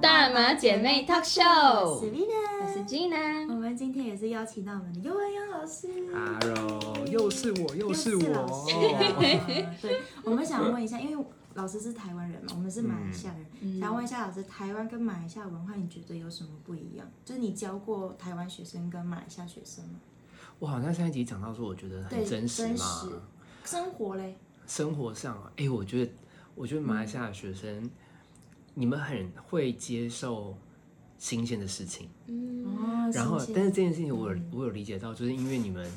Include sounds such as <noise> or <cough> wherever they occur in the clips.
大马姐妹哦 Talk Show 我是 Vina，我是 Gina，我们今天也是邀请到我们的幼儿园老师，哈喽，又是我，又是老我师。啊 <laughs> 对，我们想问一下，因为老师是台湾人嘛，我们是马来西亚人，嗯想问一下老师，台湾跟马来西亚文化你觉得有什么不一样？就是你教过台湾学生跟马来西亚学生吗？我好像上一集讲到说，我觉得很对，真真实嘛，生活嘞，生活上啊，哎、我觉得，我觉得马来西亚的学生，你们很会接受新鲜的事情，嗯哦然后，新鲜嗯但是这件事情我有我有理解到，就是因为你们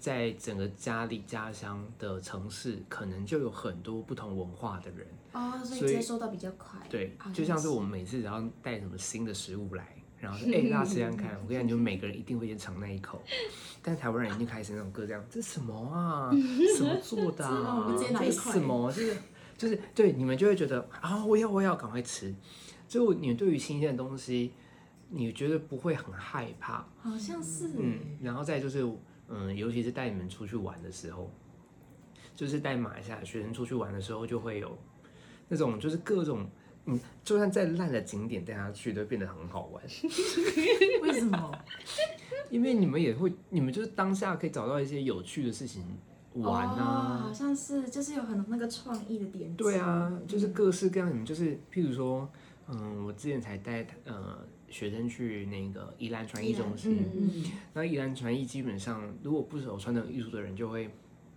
在整个家里家乡的城市，可能就有很多不同文化的人，哦，所以所以接收到比较快，对好，就像是是我们每次只要带什么新的食物来，<laughs> 然后说哎、大家吃看看，我跟你讲，就每个人一定会先尝那一口。但台湾人已经开始那种各这样，这什么 <laughs> 啊？什么做的、这让我啊们直接？拿这一是块什么？就是就是对你们就会觉得啊，我要我要赶快吃。就你对于新鲜的东西，你觉得不会很害怕，好像是，嗯，然后再就是，嗯，尤其是带你们出去玩的时候，就是带马来西亚学生出去玩的时候，就会有那种就是各种，嗯，就算再烂的景点带他去，都变得很好玩，为什么？因为你们也会，你们就是当下可以找到一些有趣的事情玩哦，啊，好像是，就是有很多那个创意的点子。对啊，就是各式各样，你们就是譬如说，嗯，我之前才带呃学生去那个宜兰传艺中心。嗯那宜兰传艺基本上，如果不熟传统艺术的人，就会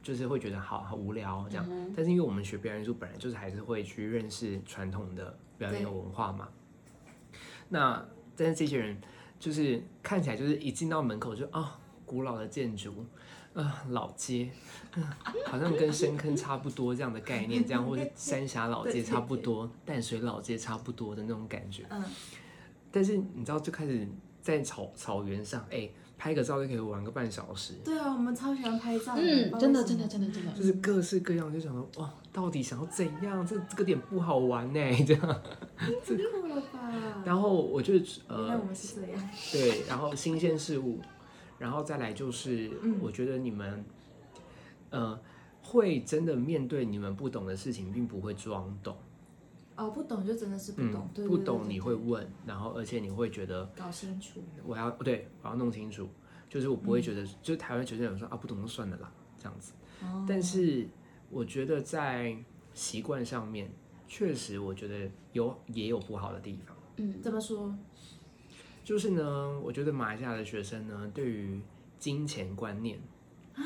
就是会觉得好好无聊这样。但是因为我们学表演艺术，本来就是还是会去认识传统的表演文化嘛。那但是这些人就是看起来就是一进到门口就啊、古老的建筑。啊、老街、啊好像跟深坑差不多这样的概念，这样或是三峡老街差不多，淡水老街差不多的那种感觉。嗯但是你知道，就开始在草草原上，哎、拍个照就可以玩个半小时，对啊，我们超喜欢拍照。嗯，真的真的的。真的真的，就是各式各样，就想说，哇，到底想要怎样？这这个点不好玩呢、这样。太酷了吧！然后我就原来 <laughs> 呃我，们是这样。对，然后新鲜事物，然后再来就是，嗯我觉得你们，呃，会真的面对你们不懂的事情，并不会装懂，哦，不懂就真的是不懂，哦对，嗯不对懂你会对问，然后而且你会觉得。对搞清楚。我要对，我要弄清楚，就是我不嗯会觉得，就是台湾学生有说啊不懂就算了啦这样子，哦但是我觉得在习惯上面，确实我觉得有也有不好的地方，嗯怎么说？就是呢，我觉得马来西亚的学生呢，对于金钱观念，啊，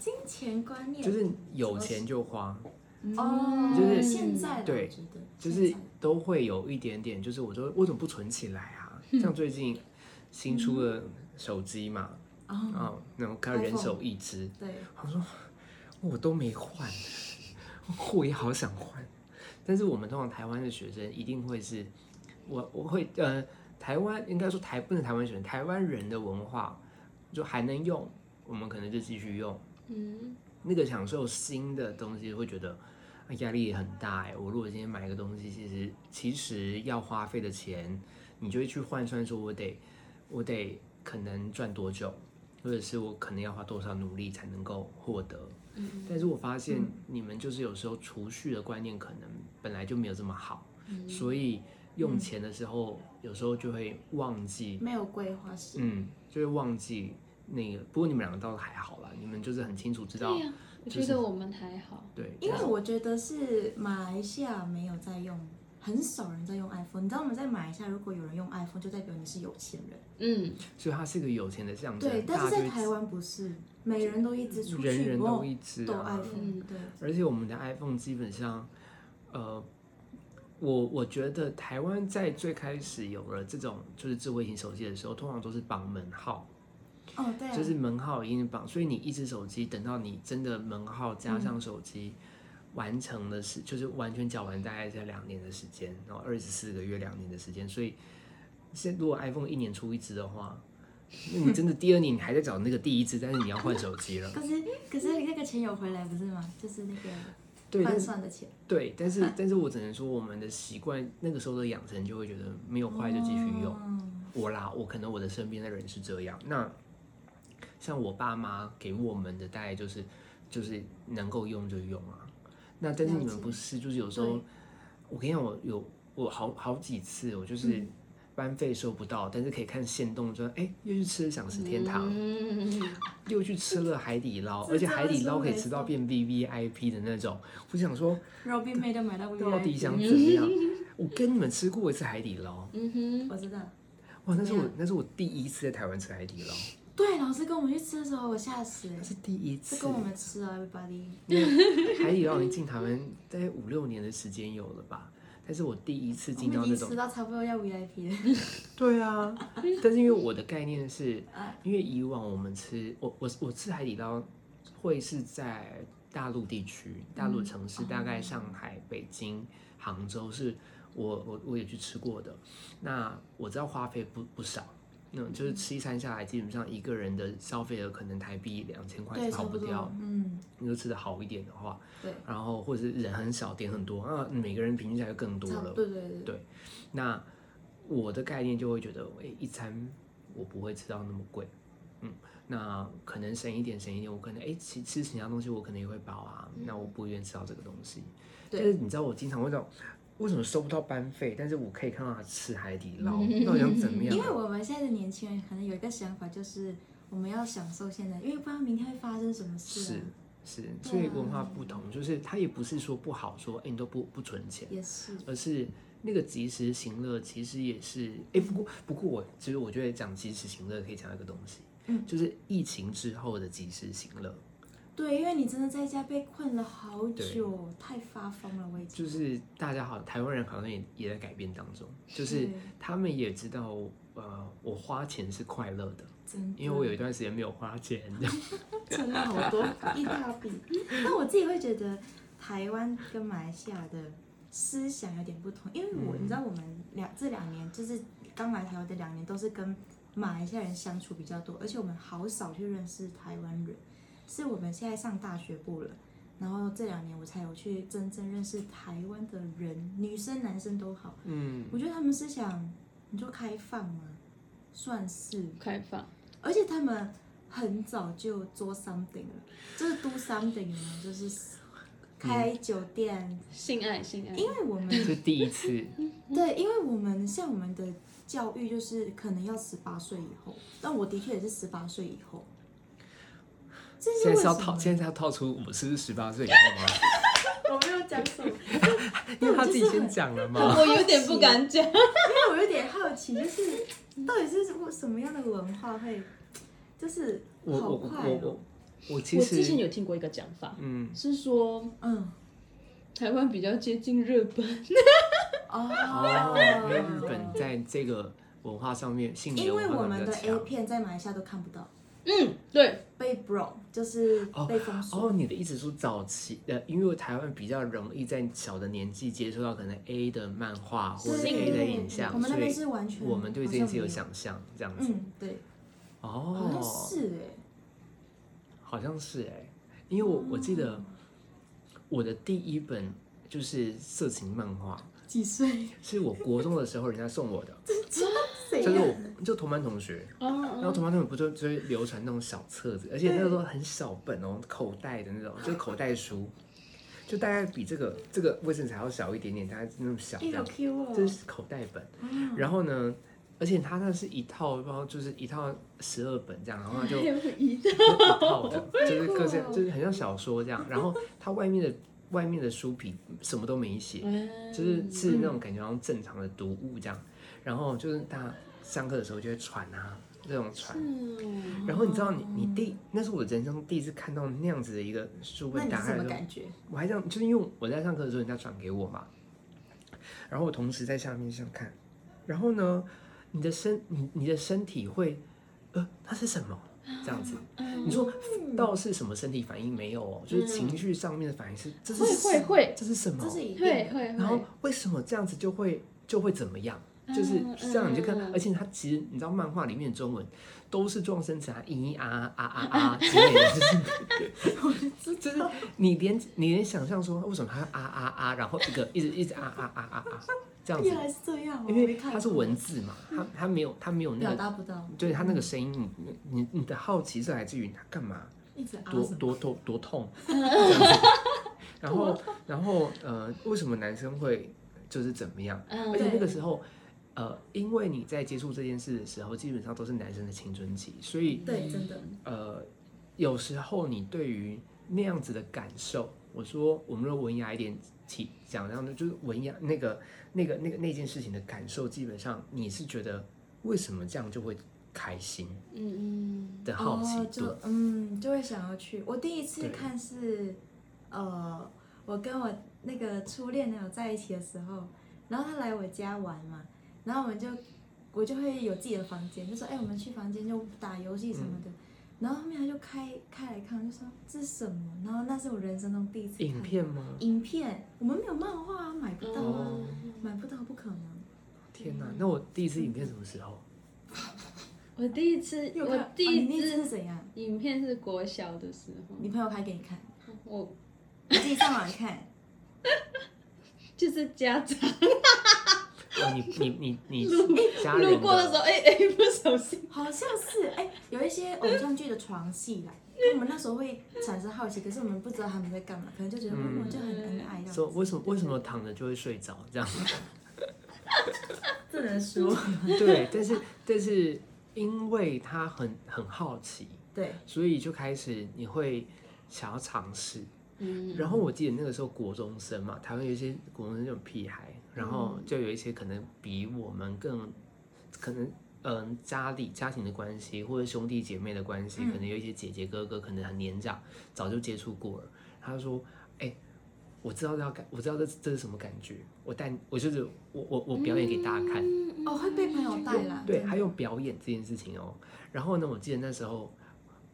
金钱观念。就是有钱就花，哦，就是现在的对我觉得就是现在都会有一点点，就是我说为什么不存起来啊？嗯像最近新出的手机嘛，哦，啊、那我看到人 iPhone 手一只。对，我都没换，我也好想换。但是我们通常台湾的学生一定会是，我我会呃，台湾应该说台不能台湾学生，台湾人的文化就还能用，我们可能就继续用。嗯，那个享受新的东西，会觉得啊压力也很大哎。我如果今天买一个东西，其实其实要花费的钱，你就会去换算，说我得我得可能赚多久，或者是我可能要花多少努力才能够获得。但是我发现你们就是有时候储蓄的观念可能本来就没有这么好，所以用钱的时候有时候就会忘记没有规划是嗯，就会忘记那个。不过你们两个倒是还好啦，你们就是很清楚知道对，呀，我觉得我们还好，对，因为我觉得是马来西亚没有在用，很少人在用 iPhone。你知道我们在马来西亚，如果有人用 iPhone，就代表你是有钱人。嗯，所以它是一个有钱的象征。对，但大是家在就台湾不是，每人都一直出去，人人都哦一只都啊， iPhone，对，而且我们的 iPhone 基本上，呃，我我觉得台湾在最开始有了这种就是智慧型手机的时候，通常都是绑门号，哦对啊，就是门号已经绑，所以你一只手机等到你真的门号加上手机。完成的是，就是完全缴完，大概在两年的时间，然后二十四个月两年的时间，所以现如果 iPhone 一年出一只的话，那你真的第二年你还在找那个第一只，但是你要换手机了。可是可是那个钱有回来不是吗？就是那个对，换但是算的钱，对，但嗯是但是我只能说我们的习惯那个时候的养成，就会觉得没有坏就继续用。嗯我啦，我可能我的身边的人是这样。那像我爸妈给我们的大概就是就是能够用就用啊。那但是你了们解不是，就是有时候我跟你讲，我有我好好几次，嗯我就是班费收不到，但是可以看线动说，哎，又去吃了享食天堂，嗯又去吃了海底捞， <laughs> 这而且真的海底是捞可以没吃到错变 V V I P 的那种，我想说肉并没得买到 V 到底 I，想 <laughs> 怎么样？我跟你们吃过一次海底捞，嗯哼，我知道。哇，那是我怎么样那是我第一次在台湾吃海底捞，对，老师跟我们去吃的时候，我吓死了那。是第一是次跟。我们吃啊，everybody。因为海底捞已经进台湾大概五六年的时间有了吧，但是我第一次我进到们已那经种吃，到差不多要 VIP 了。对啊， <laughs> 但是因为我的概念是啊，因为以往我们吃我我我吃海底捞会是在大陆地区、大陆城嗯市，大哦概上海、北京、杭州是我我我也去吃过的，那我知道花费不不少。那嗯就是吃一餐下来，基本上一个人的消费额可能台币两千块对，是差跑不不多掉。。嗯，你就吃的好一点的话，对，然后或者是人很少，点很多，那每个人平均下来就更多差了。对对对。那我的概念就会觉得，哎、一餐我不会吃到那么贵，嗯，那可能省一点，省一点，我可能哎、诶其吃其他东西我可能也会饱啊，那我不愿意吃到这个东西。嗯对但是你知道我经常会到，为什么收不到班费，但是我可以看到他吃海底 <laughs> 捞，那我想怎么样啊因？为我们现在的年轻人可能有一个想法，就是我们要享受现在，因为不知道明天会发生什么事、是啊。是，所以文化不同，就是他也不是说不好说，哎、你都不不存钱。也是。而是那个及时行乐，其实也是哎、不过不过我其实我觉得讲及时行乐可以讲一个东西，嗯，就是疫情之后的及时行乐，对，因为你真的在家被困了好久，太发疯了，我已经。就是大家好，台湾人好像也也在改变当中，就是对他们也知道呃，我花钱是快乐的，真的，因为我有一段时间没有花钱，存了好多一大笔。但我自己会觉得台湾跟马来西亚的思想有点不同，因为我、嗯你知道我们两这两年就是刚来台湾的两年都是跟马来西亚人相处比较多，而且我们好少去认识台湾人，是我们现在上大学部了。然后这两年我才有去真正认识台湾的人，女生男生都好。嗯，我觉得他们思想，你说开放吗？算是，嗯开放，而且他们很早就做 something 了，就是 do something 嘛，就是开酒店。性爱性嗯爱，因为我们这第一 <laughs> 次，对，因为我们像我们的教育就是可能要十八岁以后，但我的确也是十八岁以后。这是现在为是要什套，么？现在是要套出我是不是十八岁以后吗？ <laughs> 我没有讲什么，因为他自己就是先很讲了嘛， <laughs> 我有点不敢 <laughs> 讲，因为我有点好奇，就是到底是什么样的文化会，就是我好我快我哦我，我其我之前实有听过一个讲法，嗯。是说嗯，台湾比较接近日本，哦哦，因为日本在这个文化上面，性别因为文我化们上比较的 A 强。片在马来西亚都看不到，嗯，对，被 bro 就是被封锁。哦，你的意思说早期呃，因为台湾比较容易在小的年纪接触到可能 A 的漫画或者对 A 的影像，我们那所边以是完全，我们对这件事有好像想象，这样没有。子。嗯，对，好像哦，是哎，好像是哎，因为我我记得我的第一本就是色情漫画，几 <laughs> 岁？是我国中的时候人家送我的，谁啊就是呀？我就同班同学，然哦，后同班他们不就就会流传那种小册子，而且那个时候很小本哦，口袋的那种，就是口袋书，就大概比这个这个卫生纸还要小一点点，大概那么小这哎，好样， Q 这哦。是口袋本。然后呢，而且它那是一套，然后就是一套十二本这样，然后 <laughs> 它就一套的，就是各式，就是很像小说这样。然后它外面的外面的书皮什么都没写，嗯就是是那种感觉好像正常的读物这样。然后就是大家上课的时候就会传啊，这种传。嗯然后你知道你你第那是我人生第一次看到那样子的一个书那本你打哦是开什的么时候，感觉？我还这样，就是因为我在上课的时候人家转给我嘛，然后我同时在下面想看，然后呢，你的身你你的身体会，呃，那是什么？这样子，嗯你说嗯倒是什么身体反应没有哦，就是情绪上面的反应是这是会会会这是什么这？是一会定会然后会，为什么这样子就会就会怎么样？就是这样你就看，嗯嗯嗯而且它其实你知道漫画里面的中文都是撞声词啊，咦啊啊啊啊之类的，就是 <laughs> 就是你连你连想象说为什么它要啊啊啊，然后一个一直一直啊啊啊啊啊这样子原，来是这样哦，因我为没看它是过文字嘛，它它没有它没有那表个，达嗯不到，对它那个声音，你你你的好奇是来自于它干嘛？一直啊多什么？多多 <laughs> <laughs> 多痛，这样子然后然后呃，为什么男生会就是怎么样。嗯而且那个对时候，呃，因为你在接触这件事的时候，基本上都是男生的青春期，所以对，真的，呃，有时候你对于那样子的感受，我说我们说文雅一点提讲，然后呢，就是文雅那个那个那个那件事情的感受，基本上你是觉得为什么这样就会开心嗯的好奇哦，度，就嗯，就会想要去。我第一次对看是，呃，我跟我那个初恋男友在一起的时候，然后他来我家玩嘛，然后我们就我就会有自己的房间，就说哎，我们去房间就打游戏什么嗯的。然后后面他就开开来看，就说这是什么？然后那是我人生中第一次看影片吗？影片，我们没有漫画啊，买不到啊，哦买不到不可能。天嗯哪！那我第一次影片什么时 <laughs> 候？我第一次，你有我看第啊你那一次是次怎样？影片是国小的时你候，朋友拍给你看，我你自己上网看。就是家长哦，你你你你路家人路过的时候，哎哎，不小心，好像是哎、有一些偶像剧的床戏啦，那我们那时候会产生好奇，可是我们不知道他们在干嘛，可能就觉得嗯我就很恩爱这样。说为什么为什么躺着就会睡着 <laughs> 这样？不能说，对，但是但是因为他很很好奇，对，所以就开始你会想要尝试。嗯然后我记得那个时候国中生嘛，台湾有一些国中生这种屁孩，然后就有一些可能比我们更可能。嗯，家里家庭的关系，或者兄弟姐妹的关系，可能有一些姐姐哥哥可能很年长，早就接触过了。他说：“哎、我知道这要感，我知道这这是什么感觉，我带你，我就是我我我表演给大家看。哦，会被朋友带啦，对，真的还有表演这件事情哦。然后呢，我记得那时候，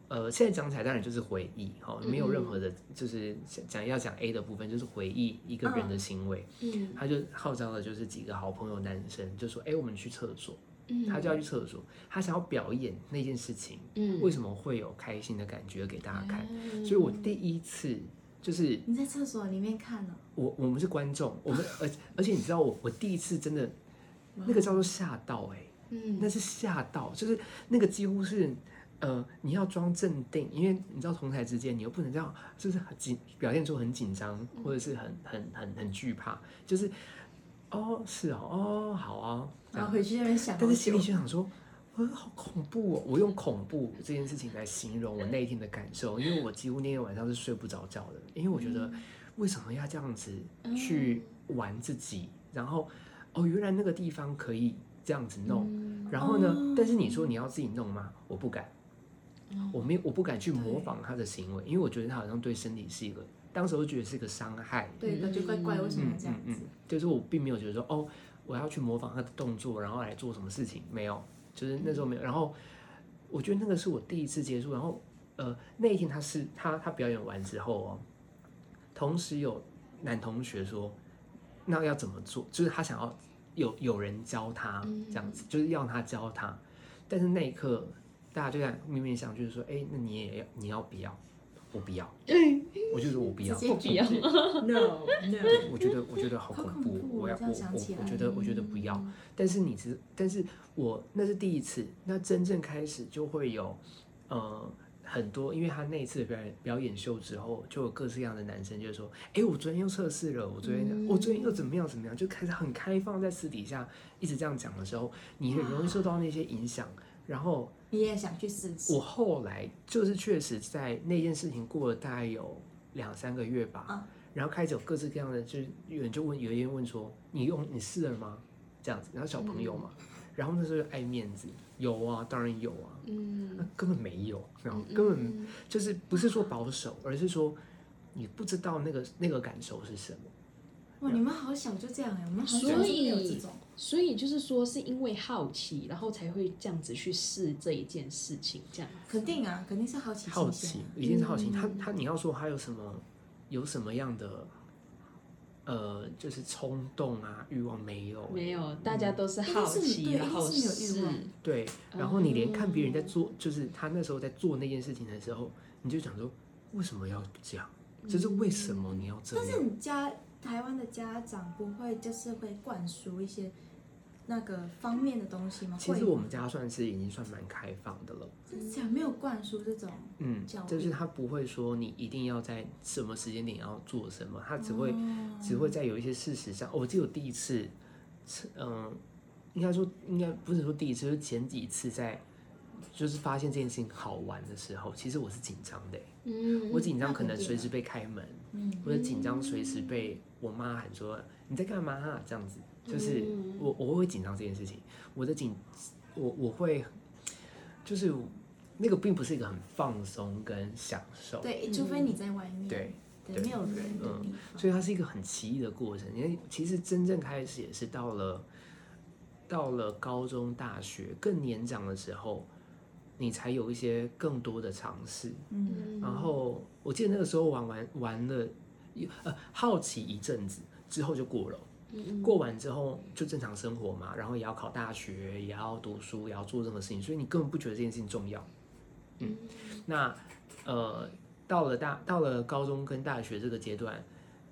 呃，现在讲起来当然就是回忆哦，嗯没有任何的，就是讲讲要讲 A 的部分，就是回忆一个人的行为。嗯他就号召了就是几个好朋友男生，就说：“哎、我们去厕所。”嗯他就要去厕所，他想要表演那件事情，嗯为什么会有开心的感觉给大家看？所以我第一次就是你在厕所里面看哦了、我我们是观众，我们而而且你知道我我第一次真的那个叫做吓到哎、嗯那是吓到，就是那个几乎是，呃，你要装镇定，因为你知道同台之间，你又不能这样，就是很紧，表现出很紧张或者是很很很很惧怕，就是，哦，是哦，哦，好啊，这然后样。回去那边想哦好久，但是心里就想说，我好恐怖哦！我用恐怖这件事情来形容我那一天的感受，因为我几乎那天晚上是睡不着觉的，因为我觉嗯得为什么要这样子去玩自己？然后哦，原来那个地方可以这样子弄。然后呢嗯哦？但是你说你要自己弄吗？我不敢，嗯我没有，我不敢去模仿他的行为，因为我觉得他好像对身体是一个，当时我觉得是一个伤害。对，那就怪怪，为什么要这样嗯子？就是我并没有觉得说哦，我要去模仿他的动作，然后来做什么事情，没有，就是那时候嗯没有。然后我觉得那个是我第一次接触，然后呃，那一天他是他他表演完之后哦，同时有男同学说，那要怎么做？就是他想要有有人教他嗯这样子，就是要他教他。但是那一刻，大家就在面面相觑，说，哎，那你也要你要不要？我 <laughs> 不要，我就说我不要，直接不必要拒绝嗯，no no，我觉得我觉得好嗯好恐恐怖，怖我哦要这样我我想起我来嗯觉得我觉得不要。但是你知，但是我那是第一次，那真正开始就会有，呃，很多，因为他那一次的表演表演秀之后，就有各式各样的男生就说，哎、我昨天又测试了，我昨天、我昨天又怎么样怎么样，就开始很开放，在私底下一直这样讲的时候，你很容易受到那些影响，然后 <laughs> 你也想去试试？我后来就是确实在那件事情过了大概有两三个月吧，啊然后开始有各式各样的，就是有人就问，有人问说你用你试了吗？这样子，然后小朋友嘛，然后那时候就爱面子，有啊，当然有啊，那嗯，根本没有，然后根本就是不是说保守，而是说你不知道那个那个感受是什么。哇，你们好小就这样哎、我们好小所就没有以这种，所以就是说，是因为好奇，然后才会这样子去试这一件事情，这样。肯定啊，肯定是好奇心好先奇，一定是好奇。他他你要说他有什么有什么样的呃，就是冲动啊、欲望没有欸？没有，大家都是嗯好奇，哦一定是对然后一定是没有欲望试对，哦然后你连看别人在做，就是他那时候在做那件事情的时候，你就想说，为什么要这样？就是为什么你要这嗯但是样？你家台湾的家长不会就是会灌输一些，那个方面的东西吗？其实会吗我们家算是已经算蛮开放的了，真的假的没有灌输这种，嗯教，育就是他不会说你一定要在什么时间点要做什么，他只会、哦只会在有一些事实上，哦我记得我第一次，吃嗯，应该说应该不是说第一次，就是前几次在。就是发现这件事情好玩的时候，其实我是紧张的欸、嗯我紧张那可肯能定随的时被开门，嗯，我的紧张随时被我妈喊说你在干嘛、啊、这样子，就是嗯我我会紧张这件事情，我的紧我我会就是那个并不是一个很放松跟享受，对，除非你在外面，对对，对没有人的嗯地方，所以它是一个很奇异的过程。因为其实真正开始也是到了到了高中、大学更年长的时候，你才有一些更多的尝试。嗯，嗯然后我记得那个时候玩玩玩了一呃好奇一阵子之后就过了，嗯过完之后就正常生活嘛，然后也要考大学，也要读书，也要做任何事情，所以你根本不觉得这件事情重要。嗯，那呃到了大到了高中跟大学这个阶段，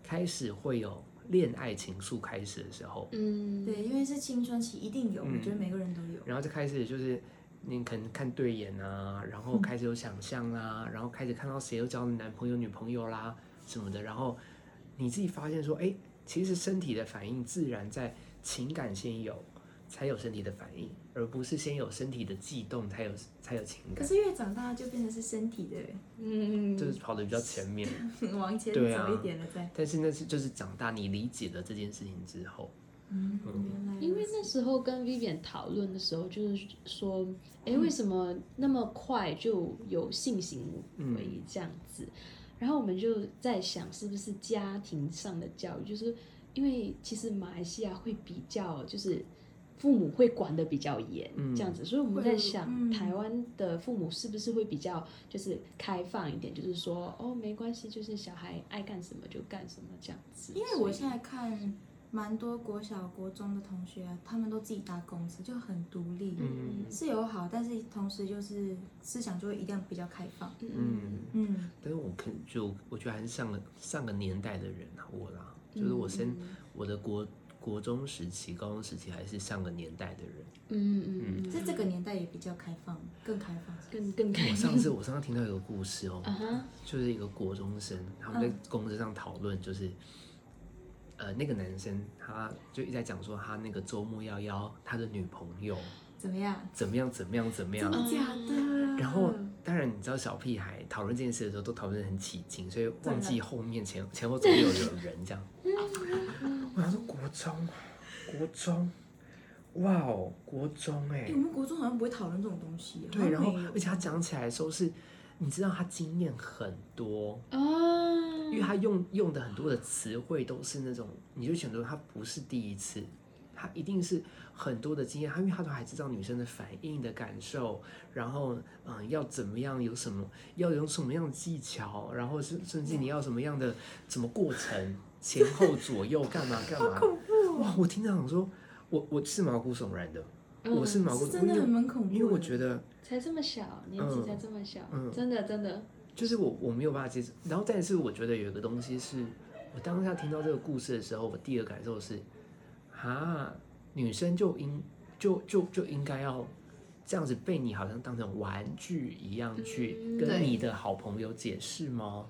开始会有恋爱情愫开始的时候，嗯对，因为是青春期，一定有，嗯我觉得每个人都有，然后就开始就是。你可能看对眼啊，然后开始有想象啦、然后开始看到谁又交了男朋友、女朋友啦什么的，然后你自己发现说，哎，其实身体的反应自然在情感先有，才有身体的反应，而不是先有身体的悸动才有才有情可感，是越长大就变成是身体的， <laughs> 嗯就是跑得比较前面。嗯往前对啊走一点了再，但是那是就是长大，你理解了这件事情之后，嗯，原来因为那时候跟 Vivian 讨论的时候，就是说，哎、为什么那么快就有性行嗯为这样子？然后我们就在想，是不是家庭上的教育，就是因为其实马来西亚会比较就是。父母会管得比较严，嗯这样子，所以我们会在想，嗯台湾的父母是不是会比较就是开放一点，就是说，哦，没关系，就是小孩爱干什么就干什么这样子。因为所我以现在看蛮多国小、国中的同学啊，他们都自己搭公司，就很独立，嗯是有好，但是同时就是思想就会一定要比较开放，嗯嗯，嗯，但是我可就我觉得还是上个上个年代的人啊，我啦，就是我先、嗯我的国国中时期、高中时期还是上个年代的人。嗯嗯嗯，在这个年代也比较开放，更开放，更更开我心。上次我上次听到一个故事嗯哦，啊哈，就是一个国中生，他们在公司上讨论，就是、呃那个男生他就一直在讲说他那个周末要邀他的女朋友怎么样？怎么样怎么样怎么样真，的假的？啊然后当然你知道小屁孩讨论这件事的时候都讨论得很起劲，所以忘记后面前前后左右有人这样。我想说国中，国中，哇哦，国中哎、哎，我们国中好像不会讨论这种东西，对，然后好像没有而且他讲起来的时候是，你知道他经验很多，因为啊，他用用的很多的词汇都是那种，你就想说他不是第一次，他一定是很多的经验，他因为他都还知道女生的反应的感受，然后嗯、呃要怎么样，有什么要用什么样的技巧，然后甚甚至你要什么样的什么过程，前后左右干嘛干嘛，恐怖哦，哇，我听到想说，我我是毛骨悚然的，我是毛骨，是嗯真的因很为蛮恐怖的，因为我觉得。才这么小，年纪才这么小，嗯真的真的，就是我我没有办法接受。然后，但是我觉得有一个东西是，我当下听到这个故事的时候，我第一个感受是，啊，女生就应就就就应该要这样子被你好像当成玩具一样去嗯跟对你的好朋友解释吗？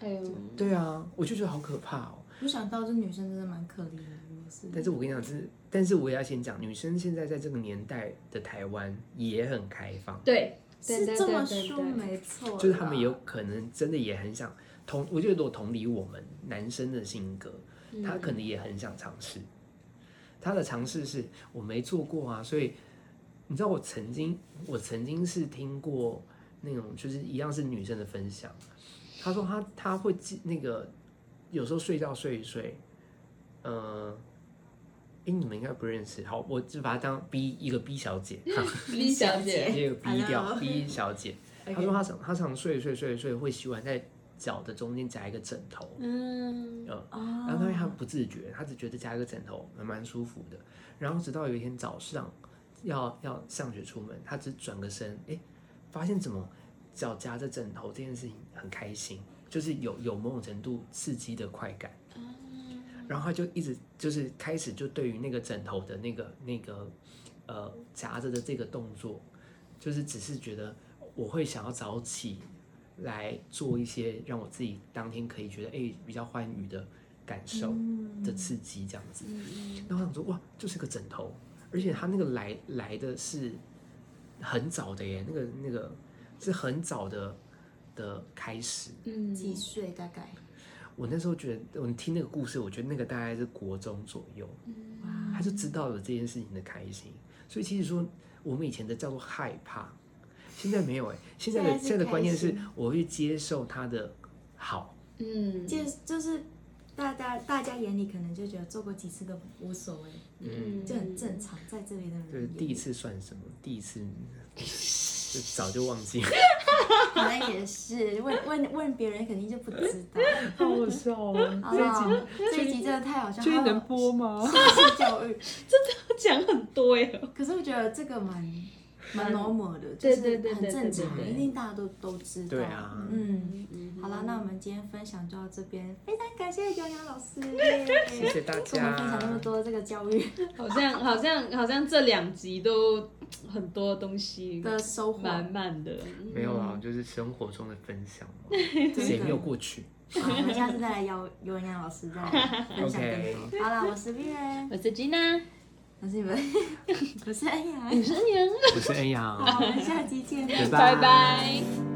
哎呦，对啊，我就觉得好可怕哦。没想到这女生真的蛮可怜的，如果是，但是我跟你讲，这但是我也要先讲，女生现在在这个年代的台湾也很开放。对，对是对这么对对说对没错啦，啊就是他们有可能真的也很想同，我觉得如果同理我们男生的性格，嗯他嗯可能也很想尝试。他的尝试是我没做过啊，所以你知道我曾经我曾经是听过那种就是一样是女生的分享，她说她她会记那个有时候睡觉睡一睡，呃。哎，你们应该不认识。好，我就把她当 B 一个 B <laughs> 小姐，李小姐，这个 B 掉 Hello B 小 <laughs> 姐。 OK 她说她常她常睡睡睡睡会喜欢在脚的中间夹一个枕头，嗯嗯，哦，然后因为她不自觉，她只觉得夹一个枕头还蛮舒服的。然后直到有一天早上要要上学出门，她只转个身，哎，发现怎么脚夹着枕头这件事情很开心，就是有有某种程度刺激的快感。啊然后他就一直就是开始就对于那个枕头的那个那个呃夹着的这个动作，就是只是觉得我会想要早起来做一些让我自己当天可以觉得哎、比较欢愉的感受嗯的刺激这样子。嗯然后我想说哇，就是个枕头，而且他那个来来的是很早的耶，那个那个是很早的的开始。嗯几岁大概？我那时候觉得，我听那个故事，我觉得那个大概是国中左右，哇他就知道了这件事情的开心。所以其实说，我们以前的叫做害怕，现在没有哎、现在的现在是现在的观念开是心，我会接受他的好，嗯，就就是大家大家眼里可能就觉得做过几次都无所谓，嗯就很正常，在这里的就是人第一次算什么，第一次 <laughs> 就早就忘记了，好像也是问问问别人肯定就不知道。好笑哦好不好这一集真的太好笑，这一还有能播吗？性教育。他讲很多哎，可是我觉得这个蛮蛮 normal 的，就对是对对很对正对常，对对一定大家都都知道。对啊嗯。嗯好啦，那我们今天分享就到这边，非常感谢尤洋老师，谢谢谢大跟我们分享那么家。多这个教育好像好像好像这两集都很多东西的收获，满满的，嗯没有啊，就是生活中的分享 <laughs> 嘛，真谁的没有过去？好我们下次再来邀尤洋老师再来分享 <laughs> 更多。好啦，我是 B 人，我是 Gina，我是你们， <laughs> 我是恩雅，我是杨，哎我是恩阳，好，我们下期见。 <laughs> 拜拜拜。